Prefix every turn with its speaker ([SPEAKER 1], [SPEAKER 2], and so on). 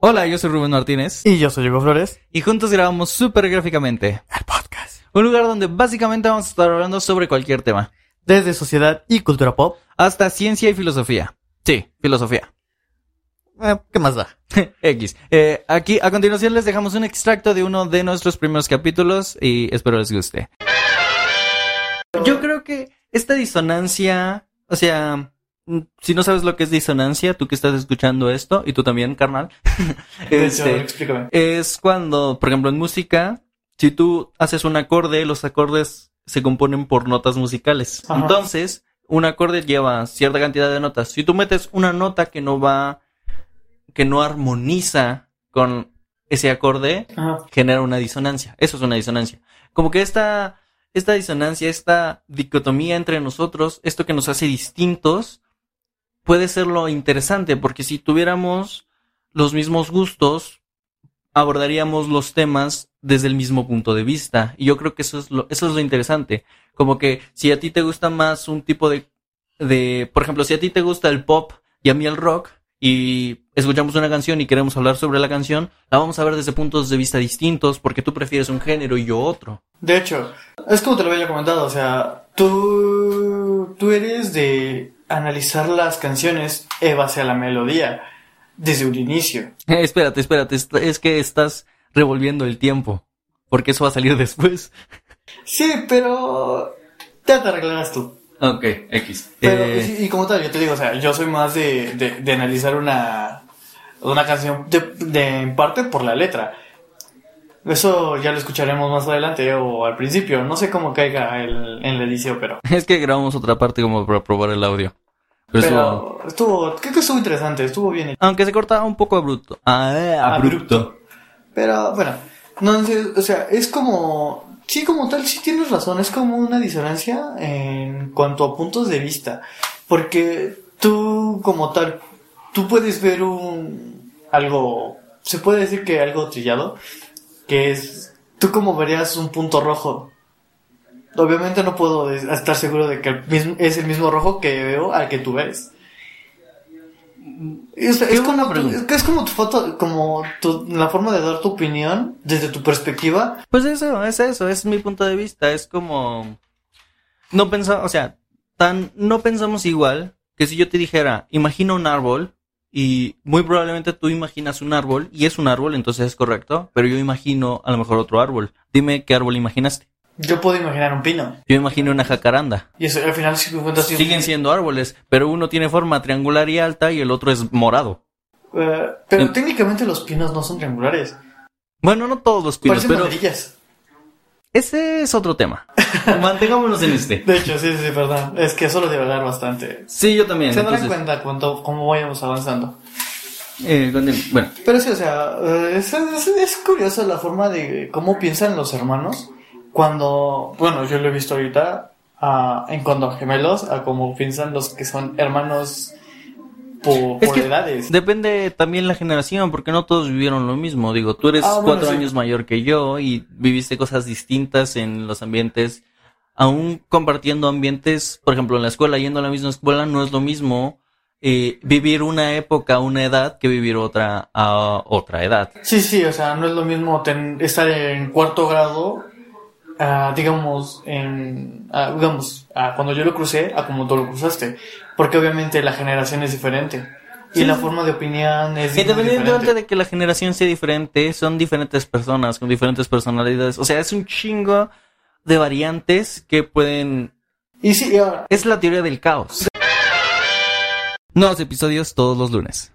[SPEAKER 1] Hola, yo soy Rubén Martínez
[SPEAKER 2] Y yo soy Hugo Flores.
[SPEAKER 1] y juntos grabamos Super Gráficamente,
[SPEAKER 2] El podcast.
[SPEAKER 1] un lugar donde básicamente vamos a estar hablando sobre cualquier tema,
[SPEAKER 2] Desde sociedad y cultura pop.
[SPEAKER 1] hasta ciencia y filosofía. Sí, filosofía.
[SPEAKER 2] eh, ¿Qué más da?
[SPEAKER 1] X. Eh, aquí a continuación les dejamos un extracto de uno de nuestros primeros capítulos y espero les guste. Yo creo que esta disonancia, o sea, mm, si no sabes lo que es disonancia, tú que estás escuchando esto y tú también, carnal. este,
[SPEAKER 2] explícame.
[SPEAKER 1] es cuando, por ejemplo, en música, si tú haces un acorde, los acordes se componen por notas musicales.
[SPEAKER 2] Ajá.
[SPEAKER 1] Entonces, un acorde lleva cierta cantidad de notas. Si tú metes una nota que no va, que no armoniza con ese acorde,
[SPEAKER 2] Ajá.
[SPEAKER 1] genera una disonancia. Eso es una disonancia. Como que esta, esta disonancia, esta dicotomía entre nosotros, esto que nos hace distintos, puede ser lo interesante, porque si tuviéramos los mismos gustos, abordaríamos los temas desde el mismo punto de vista. Y yo creo que eso es lo, eso es lo interesante. Como que si a ti te gusta más un tipo de, de, por ejemplo, si a ti te gusta el pop y a mí el rock, y escuchamos una canción y queremos hablar sobre la canción, la vamos a ver desde puntos de vista distintos, porque tú prefieres un género y yo otro.
[SPEAKER 2] De hecho, es como te lo había comentado, o sea, tú, tú eres de analizar las canciones en base a la melodía desde un inicio.
[SPEAKER 1] Eh, espérate, espérate, est- es que estás revolviendo el tiempo, porque eso va a salir después.
[SPEAKER 2] Sí, pero ya te arreglarás tú.
[SPEAKER 1] Ok, X.
[SPEAKER 2] Pero,
[SPEAKER 1] Eh,
[SPEAKER 2] y, y como tal, yo te digo, o sea, yo soy más de, de, de analizar una, una canción de, de- en parte por la letra. Eso ya lo escucharemos más adelante o al principio. No sé cómo caiga el, en el edición, pero.
[SPEAKER 1] es que grabamos otra parte como para probar el audio. Pero eso-
[SPEAKER 2] pero estuvo, creo que estuvo interesante, estuvo bien hecho.
[SPEAKER 1] aunque se cortaba un poco abrupto. Ah, eh, abrupto.
[SPEAKER 2] Pero bueno, no sé, o sea, es como. Sí, como tal, sí tienes razón, es como una disonancia en cuanto a puntos de vista. Porque tú, como tal, tú puedes ver un. algo. Se puede decir que algo trillado, que es. Tú, como verías un punto rojo. Obviamente no puedo des- estar seguro de que el mismo- es el mismo rojo que veo al que tú ves. O sea,
[SPEAKER 1] Qué
[SPEAKER 2] es, como
[SPEAKER 1] buena
[SPEAKER 2] tu,
[SPEAKER 1] pregunta.
[SPEAKER 2] es que es como tu foto, como tu- la forma de dar tu opinión desde tu perspectiva.
[SPEAKER 1] Pues eso, es eso, es mi punto de vista, es como no pensamos, o sea, tan no pensamos igual que si yo te dijera, imagina un árbol y muy probablemente tú imaginas un árbol y es un árbol, entonces es correcto, pero yo imagino a lo mejor otro árbol. Dime qué árbol imaginaste.
[SPEAKER 2] Yo puedo imaginar un pino.
[SPEAKER 1] Yo imagino una jacaranda.
[SPEAKER 2] Y eso, al final, si me cuentas, eh, yo-
[SPEAKER 1] Siguen siendo árboles, pero uno tiene forma triangular y alta y el otro es morado.
[SPEAKER 2] Eh, pero
[SPEAKER 1] Em-
[SPEAKER 2] técnicamente los pinos no son triangulares.
[SPEAKER 1] Bueno, no todos los pinos,
[SPEAKER 2] parecen
[SPEAKER 1] pero
[SPEAKER 2] banderillas.
[SPEAKER 1] ese es otro tema. Mantengámonos en este.
[SPEAKER 2] De hecho, sí, sí, sí, perdón. Es que eso lo debe dar bastante.
[SPEAKER 1] Sí, yo también.
[SPEAKER 2] Se darán
[SPEAKER 1] entonces,
[SPEAKER 2] cuenta cuánto, cómo vayamos avanzando.
[SPEAKER 1] eh, continu- bueno,
[SPEAKER 2] Pero sí, o sea, eh, es, es, es curiosa la forma de cómo piensan los hermanos cuando, bueno, yo lo he visto ahorita ah, en cuanto a gemelos, a cómo piensan los que son hermanos por,
[SPEAKER 1] Es
[SPEAKER 2] por
[SPEAKER 1] que-
[SPEAKER 2] edades.
[SPEAKER 1] Depende también la generación, porque no todos vivieron lo mismo. Digo, tú eres
[SPEAKER 2] Ah, bueno,
[SPEAKER 1] cuatro
[SPEAKER 2] sí.
[SPEAKER 1] años mayor que yo y viviste cosas distintas en los ambientes. Aún compartiendo ambientes, por ejemplo, en la escuela, yendo a la misma escuela, no es lo mismo eh, vivir una época, una edad, que vivir otra a otra edad.
[SPEAKER 2] Sí, sí, o sea, no es lo mismo ten- estar en cuarto grado, ah, digamos, en, ah, digamos, ah, cuando yo lo crucé, a como tú lo cruzaste, porque obviamente la generación es diferente y
[SPEAKER 1] Sí,
[SPEAKER 2] la
[SPEAKER 1] sí.
[SPEAKER 2] forma de opinión es muy
[SPEAKER 1] Independientemente
[SPEAKER 2] diferente.
[SPEAKER 1] de que la generación sea diferente, son diferentes personas con diferentes personalidades. O sea, es un chingo de variantes que pueden
[SPEAKER 2] Y sí, y ahora,
[SPEAKER 1] Es la teoría del caos. Nuevos episodios todos los lunes.